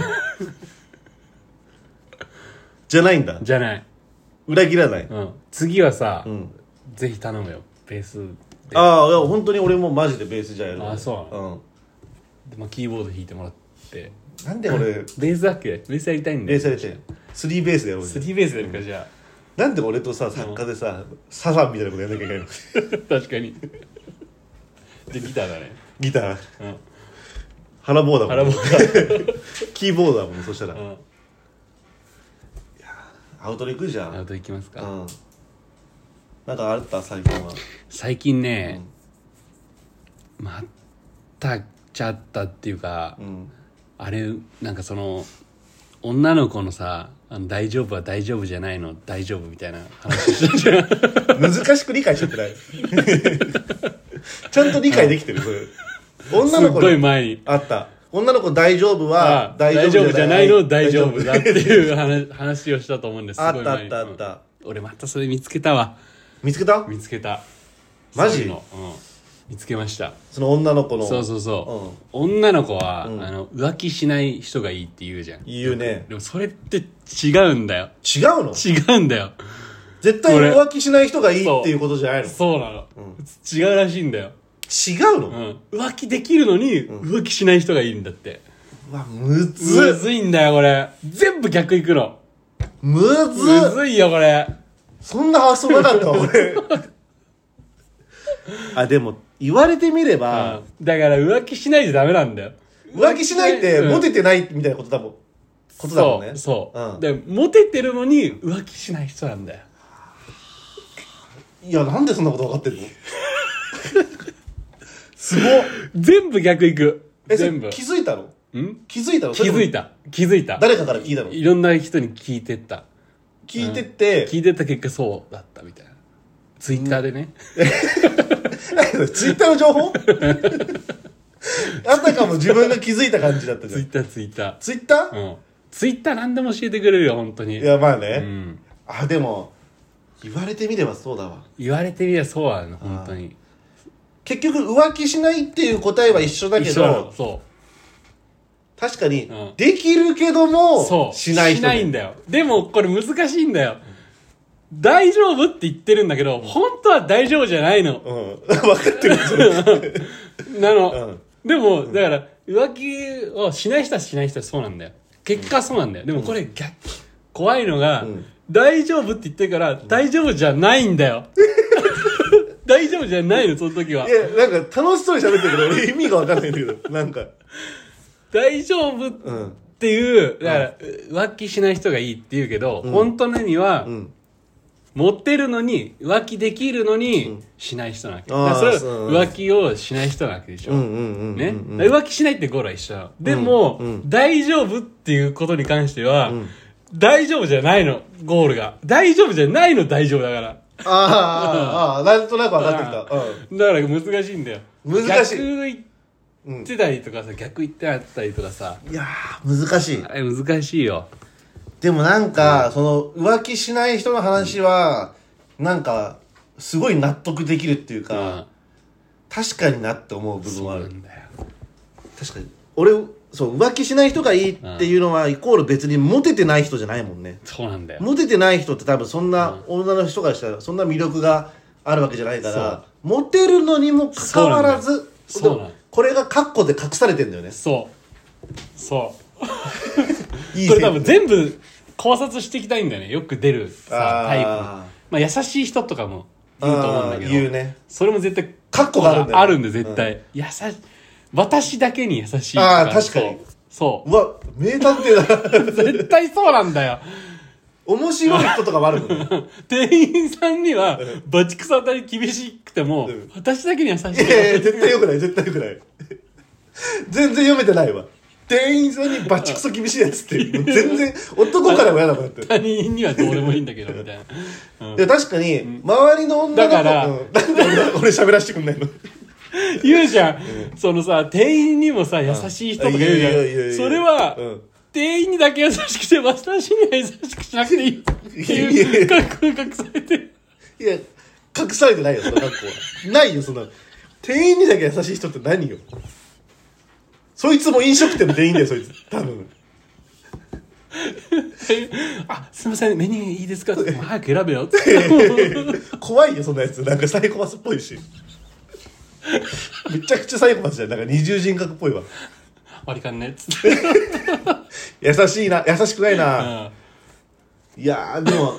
Speaker 2: じゃないんだ
Speaker 1: じゃない、
Speaker 2: 裏切らない、
Speaker 1: うん、次はさ、
Speaker 2: うん、
Speaker 1: ぜひ頼むよベースで
Speaker 2: ああいや本当に俺もマジでベースじゃやる
Speaker 1: あそうな
Speaker 2: うん
Speaker 1: でまあ、キーボード弾いてもらって
Speaker 2: なんで俺
Speaker 1: ベースだっけベースやりたいんだ
Speaker 2: ベー
Speaker 1: よ
Speaker 2: スやりたいのスリーベースでやろうよ
Speaker 1: スリーベースやるかじゃ
Speaker 2: なんで俺とさ作家でさ、サザンみたいなことやんなきゃいけないの
Speaker 1: あ 確かにでギターだね
Speaker 2: ギター
Speaker 1: うん
Speaker 2: 腹棒だもん
Speaker 1: 腹棒
Speaker 2: キーボードだもんそしたら、
Speaker 1: うん
Speaker 2: アウトリ行くじゃん
Speaker 1: あといきますか、
Speaker 2: うんなんかあった最近は
Speaker 1: 最近ね、まったっちゃったっていうか、
Speaker 2: うん
Speaker 1: あれなんかその女の子のさ「あの大丈夫は大丈夫じゃないの大丈夫」みたいな話してたじゃん
Speaker 2: 難しく理解しちゃってないちゃんと理解できてるそれ 女
Speaker 1: すっ
Speaker 2: の子
Speaker 1: ごい
Speaker 2: に
Speaker 1: 前に
Speaker 2: あった女の子大丈夫
Speaker 1: あ
Speaker 2: は
Speaker 1: 大丈夫じゃないの大丈夫だって
Speaker 2: 大丈
Speaker 1: いう話 話をしたと思うんですす
Speaker 2: あ
Speaker 1: ご
Speaker 2: っ
Speaker 1: い
Speaker 2: たあ
Speaker 1: 前
Speaker 2: っ
Speaker 1: に
Speaker 2: たあった
Speaker 1: うん俺またそれ見つけたわ
Speaker 2: 見つけた
Speaker 1: 見つけた
Speaker 2: マジ
Speaker 1: そういうの、うん、見つけました
Speaker 2: その女の子の
Speaker 1: そうそうそう、女の子は、あの浮気しない人がいいって言うじゃん
Speaker 2: 言うね
Speaker 1: でもそれって違うんだよ
Speaker 2: 違うの
Speaker 1: 違うんだよ
Speaker 2: 絶対
Speaker 1: 俺
Speaker 2: 浮気しない人がいいっていうことじゃないの
Speaker 1: そうなの、違うらしいんだよ、
Speaker 2: 違うの、
Speaker 1: う、
Speaker 2: うん
Speaker 1: 浮気できるのに浮気しない人がいいんだって、
Speaker 2: わむ
Speaker 1: む
Speaker 2: ず
Speaker 1: ずいんだよこれ全部逆いくの
Speaker 2: む
Speaker 1: む
Speaker 2: ず
Speaker 1: ずいよこれ
Speaker 2: そんな発想なかったわ 俺あでも言われてみれば、
Speaker 1: うんだから浮気しないとダメなんだよ
Speaker 2: 浮気しないって
Speaker 1: うん
Speaker 2: モテてないみたいなことだもん、ことだもんね
Speaker 1: そうそう、
Speaker 2: ん、
Speaker 1: でモテてるのに浮気しない人なんだよ
Speaker 2: いやなんでそんなこと分かってんのすごっ
Speaker 1: 全部逆いく
Speaker 2: えそれ
Speaker 1: 全部
Speaker 2: 気づいたの
Speaker 1: ん
Speaker 2: 気づいたの
Speaker 1: 気づい
Speaker 2: た
Speaker 1: た気づいた
Speaker 2: 誰かから聞いたの
Speaker 1: いろんな人に聞いてった
Speaker 2: 聞いてって、
Speaker 1: 聞いてった結果そうだったみたいなツイッターでね、
Speaker 2: ツイッターの 情報あたかも自分が気づいた感じだったじゃ
Speaker 1: ツイ
Speaker 2: ん
Speaker 1: ッターツイッター
Speaker 2: ツイッタ
Speaker 1: うんツイッター何でも教えてくれるよ本当に
Speaker 2: ーいやまあ
Speaker 1: う
Speaker 2: ね、
Speaker 1: ん、
Speaker 2: あでも言われてみればそうだわ
Speaker 1: 言われてみればそうなの本当に
Speaker 2: 結局浮気しないっていう答えは一緒だけ
Speaker 1: 一緒なの
Speaker 2: ど
Speaker 1: そ
Speaker 2: 確かに、
Speaker 1: うん
Speaker 2: できるけど
Speaker 1: うそ
Speaker 2: も
Speaker 1: う
Speaker 2: しない人ね
Speaker 1: んだよでもこれ難しいんだよ大丈夫って言ってるんだけど本当は大丈夫じゃないの
Speaker 2: うん、 分かってるそれ
Speaker 1: なの、でもだから浮気をしない人はしない人はそうなんだよ結果はそうなんだよでもこれ逆怖いのが、
Speaker 2: ん
Speaker 1: 大丈夫って言ってるから大丈夫じゃないんだ よ大丈夫じゃないのその時はい
Speaker 2: や、なんか楽しそうに喋ってるけど、 俺意味がわかんないんだけど、なんか。
Speaker 1: 大丈夫っ
Speaker 2: うん。
Speaker 1: ていう、だから、浮気しない人がいいって言うけど、本当の意味は、
Speaker 2: うん。
Speaker 1: 持ってるのに、浮気できるのに、しない人なわけ。
Speaker 2: あー
Speaker 1: だからそれ
Speaker 2: そう
Speaker 1: は浮気をしない人なわけでしょ。
Speaker 2: うんうんうん。
Speaker 1: ね、浮気しないってゴールは一緒なのでも、大丈夫っていうことに関しては、大丈夫じゃないのゴールが大丈夫じゃないの大丈夫だから
Speaker 2: あーあー、あーなんとなくわかってきた。うん。
Speaker 1: だから難しいんだよ
Speaker 2: 難しい
Speaker 1: 逆言ってたりとかさ、逆言ってあったりとかさ
Speaker 2: いやー、難しい。
Speaker 1: あれ難しいよ
Speaker 2: でもなんか、その、浮気しない人の話は、なんか、すごい納得できるっていう
Speaker 1: う
Speaker 2: か、
Speaker 1: ん
Speaker 2: 確かになって思う部分はあ
Speaker 1: そうな
Speaker 2: る。
Speaker 1: んだよ
Speaker 2: 確かに。俺、そう、浮気しない人がいいっていうのは、イコール別にモテてない人じゃないもんね。
Speaker 1: そうなんだよ
Speaker 2: モテてない人って多分そんな女の人からしたらそんな魅力があるわけじゃないからモテるのにもかかわらず
Speaker 1: そうなん
Speaker 2: これがカッコで隠されてんだよね
Speaker 1: そうそう
Speaker 2: いい
Speaker 1: これ多分全
Speaker 2: 線
Speaker 1: 部考察していきたいんだよねよく出るさ
Speaker 2: あー
Speaker 1: タイプのまあ優しい人とかも言うと思うんだけ
Speaker 2: あ
Speaker 1: ど
Speaker 2: ー言うね
Speaker 1: それも絶対
Speaker 2: カッコがあるんだよね
Speaker 1: あるんで絶対、優し私だけに優しいと
Speaker 2: あー確かに
Speaker 1: そう
Speaker 2: わ名探偵 だ
Speaker 1: う絶対そうなんだよ
Speaker 2: 面白い人とかもあるもんね
Speaker 1: 店員さんにはバチクソ当たり厳しくても、
Speaker 2: うん
Speaker 1: 私だけに優し
Speaker 2: いやいや
Speaker 1: い
Speaker 2: 絶対よくない絶対よくない全然読めてないわ店員さんにバチクソ厳しいやつってもう全然男からも嫌だもんだって
Speaker 1: 他人にはどうでもいいんだけどみたいな、うん
Speaker 2: いや確かに周りの女の子
Speaker 1: だから
Speaker 2: うんなんで俺俺喋らせてくんないの
Speaker 1: 言うじゃん、そのさ店員にもさ優しい人とか言うじゃん
Speaker 2: いやいやいやいや
Speaker 1: それは、
Speaker 2: うん
Speaker 1: 店員にだけ優しくて私には優しくしなくていいっていう
Speaker 2: いや
Speaker 1: 格好が隠されてる
Speaker 2: いや隠されてないよその格好はないよそんな店員にだけ優しい人って何よそいつも飲食店の店員だよそいつ多分
Speaker 1: あすいませんメニューいいですかってもう早く選べよって
Speaker 2: 怖いよそんなやつなんかサイコパスっぽいしめちゃくちゃサイコパスじゃんなんか二重人格っぽいわ
Speaker 1: 割り勘 ねっつって、
Speaker 2: 優しいな優しくないうな、
Speaker 1: ん、
Speaker 2: いやーでも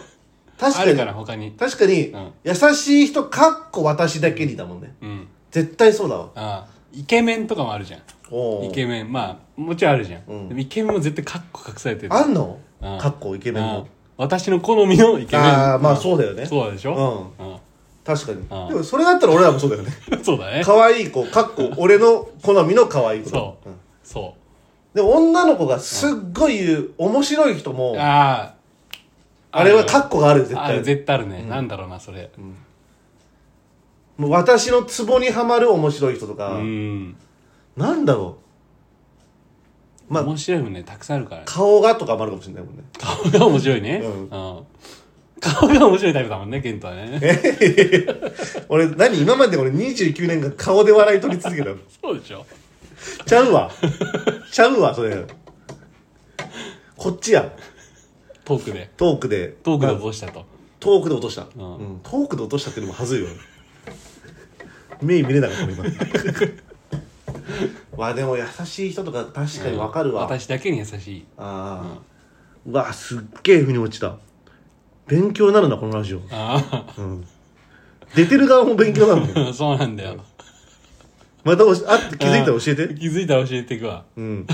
Speaker 2: 確
Speaker 1: あ
Speaker 2: か
Speaker 1: る
Speaker 2: に
Speaker 1: から他に
Speaker 2: 確かに、
Speaker 1: ん
Speaker 2: 優しい人かっこ私だけにだもんね
Speaker 1: うん
Speaker 2: 絶対そうだわ
Speaker 1: ああイケメンとかもあるじゃん
Speaker 2: お
Speaker 1: イ
Speaker 2: ー
Speaker 1: ケメンまあもちろんあるじゃん、
Speaker 2: うん
Speaker 1: でもイケメンも絶対カッコ隠されてる
Speaker 2: あんの
Speaker 1: うん
Speaker 2: かっこイケメン
Speaker 1: うん
Speaker 2: も
Speaker 1: 私の好みのイケメン
Speaker 2: ああまあ
Speaker 1: う
Speaker 2: そうだよね
Speaker 1: んそうでしょ、う
Speaker 2: 確かに
Speaker 1: ん
Speaker 2: でもそれだったら俺らもそうだよね
Speaker 1: ん、 そうだね
Speaker 2: 可愛い子かっ こ俺の好みの可愛い子
Speaker 1: そう、
Speaker 2: ん
Speaker 1: そ
Speaker 2: でも女の子がすっごい言う面白い人も
Speaker 1: うああ
Speaker 2: あれはか
Speaker 1: ッ
Speaker 2: っこがあるよ絶
Speaker 1: ある
Speaker 2: 対
Speaker 1: 絶対あるね、なんだろうなそれうん、
Speaker 2: もう私のツボにはまる面白い人とかなんだろまあ
Speaker 1: 面白いもんねたくさんあるから
Speaker 2: う顔がとかもあるかもしれないもんね
Speaker 1: 顔が面白いね、
Speaker 2: うん
Speaker 1: 顔が面白いタイプだもんねケントはね
Speaker 2: 俺何今まで俺29年間顔で笑い取り続け たの
Speaker 1: そうでしょ
Speaker 2: ちゃうわちゃうわそれこっちや
Speaker 1: トークで
Speaker 2: トークで
Speaker 1: トークで落としたと、
Speaker 2: トークで落とした、
Speaker 1: ん
Speaker 2: うんトークで落としたってのもはずいよ目見れなかった もん今わでも優しい人とか確かにわかるわ、あ
Speaker 1: 私だけに優しい
Speaker 2: あー、うわすっげえ腑に落ちた勉強になるなこのラジオ、
Speaker 1: あ
Speaker 2: うん、出てる側も勉強なのよ
Speaker 1: あ そうなんだよ
Speaker 2: またおしあって気づいたら教えて
Speaker 1: 気づいたら教えていくわ
Speaker 2: うん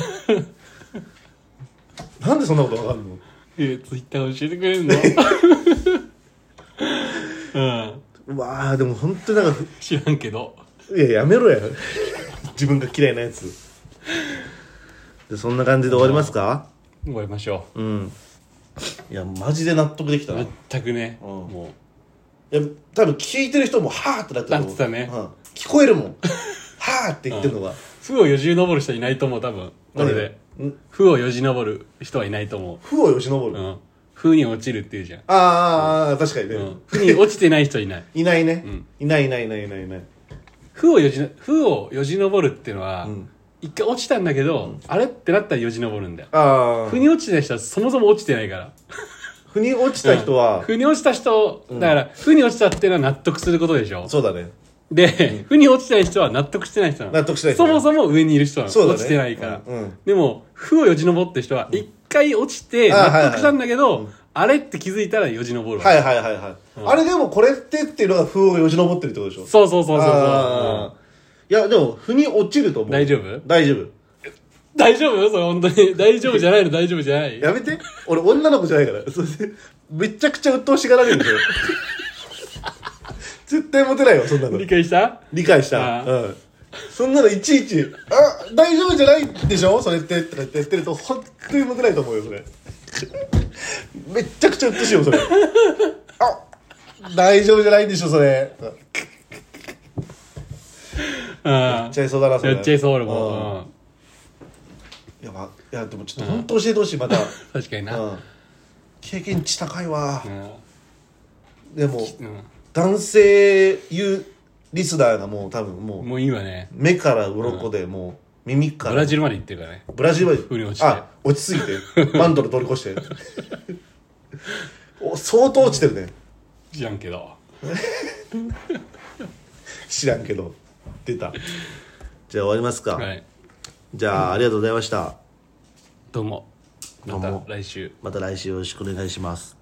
Speaker 2: なんでそんなことわかんの
Speaker 1: えツイッター教えてくれる のうん
Speaker 2: うわーでも本当になんか
Speaker 1: 知らんけど
Speaker 2: いや、やめろや。自分が嫌いなやつ。で、そんな感じで終わりますか
Speaker 1: 終わりましょ
Speaker 2: うん。いや、マジで納得できたな。
Speaker 1: う
Speaker 2: い
Speaker 1: 全くね、
Speaker 2: うん
Speaker 1: も
Speaker 2: や、多分聞いてる人も、はーってなってると思
Speaker 1: な
Speaker 2: う
Speaker 1: ってたね
Speaker 2: うん。聞こえるもん。 はーって言ってるのが。
Speaker 1: う負をよじ登る人いないと思う多分これで
Speaker 2: 何ん
Speaker 1: 負をよじ登る人はいないと思
Speaker 2: 負をよし登
Speaker 1: う、
Speaker 2: る。
Speaker 1: う
Speaker 2: あー
Speaker 1: ん、負に落ちるっていうじゃん、
Speaker 2: あー、あー確かに
Speaker 1: う
Speaker 2: ね
Speaker 1: ん。、負に落ちてない人い ない
Speaker 2: いないね
Speaker 1: ん。
Speaker 2: いないいないいないいないいない。
Speaker 1: 負をよじ負をよじ登るっていうのは、
Speaker 2: ん
Speaker 1: 一回落ちたんだけど、あれってなったらよじ登るんだよ
Speaker 2: あ
Speaker 1: 負
Speaker 2: ー。
Speaker 1: に落ちてない人はそもそも落ちてないから
Speaker 2: 腑に落ちた人は、
Speaker 1: 負に落ちた人だから負に落ちたっていうのは納得することでしょ
Speaker 2: そうだね。
Speaker 1: で、負に落ちてない人は納得してない人なの。
Speaker 2: 納得してない人
Speaker 1: そもそも上にいる人なの。
Speaker 2: そうだね
Speaker 1: 落ちてないから。
Speaker 2: うんうん
Speaker 1: でも、負をよじ登って人は、一回落ちて
Speaker 2: あ
Speaker 1: 納得したんだけど、あれって気づいたらよじ登る。
Speaker 2: はいはいはいはい。あれでもこれってっていうのが負をよし登ってるってことでしょ
Speaker 1: そうそうそうそうそう
Speaker 2: あーいや、でも、腑に落ちると思
Speaker 1: うん。
Speaker 2: う。
Speaker 1: 大丈夫
Speaker 2: 大丈夫。
Speaker 1: 大丈夫それ本当 に。大丈夫じゃないの大丈夫じゃない。
Speaker 2: やめて。俺、女の子じゃないから。 それで、めちゃくちゃ鬱陶しがられるんだ よ。絶対モテないよ、そんなの
Speaker 1: 理。解した
Speaker 2: 理解し
Speaker 1: あ
Speaker 2: た。
Speaker 1: ー
Speaker 2: うん。そんなのいちいち、あ、大丈夫じゃないでしょそれって、とか言ってやってると、本当にモテないと思うよ、それ。めっちゃくちゃ鬱陶しいよ、 それ。あ、大丈夫じゃないでしょ、それ。うん
Speaker 1: うん。や
Speaker 2: やっちゃいそうだな、それ。
Speaker 1: っちゃいそう、俺
Speaker 2: ん
Speaker 1: も。
Speaker 2: いや,、まあ、いやでもちょっと本当教えてほしいまた、
Speaker 1: うん確かにな。う
Speaker 2: うんん、経験値高いわ、
Speaker 1: う
Speaker 2: でも
Speaker 1: ん
Speaker 2: 男性言うリスナーがもう多分もう
Speaker 1: もういいわね。
Speaker 2: 目から鱗でもう耳か
Speaker 1: ブ
Speaker 2: ら
Speaker 1: ラジルまで行ってるからね。
Speaker 2: ブラジルまで
Speaker 1: 腑に落ちて
Speaker 2: あ落ちすぎてマントル通り越して お相当落ちてるね
Speaker 1: 知らんけど。
Speaker 2: 知らんけど出たじゃあ終わりますか、
Speaker 1: はい。
Speaker 2: じゃあありがとうございました
Speaker 1: どうも。
Speaker 2: どう
Speaker 1: ま
Speaker 2: も
Speaker 1: た来週。
Speaker 2: また来週よろしくお願いします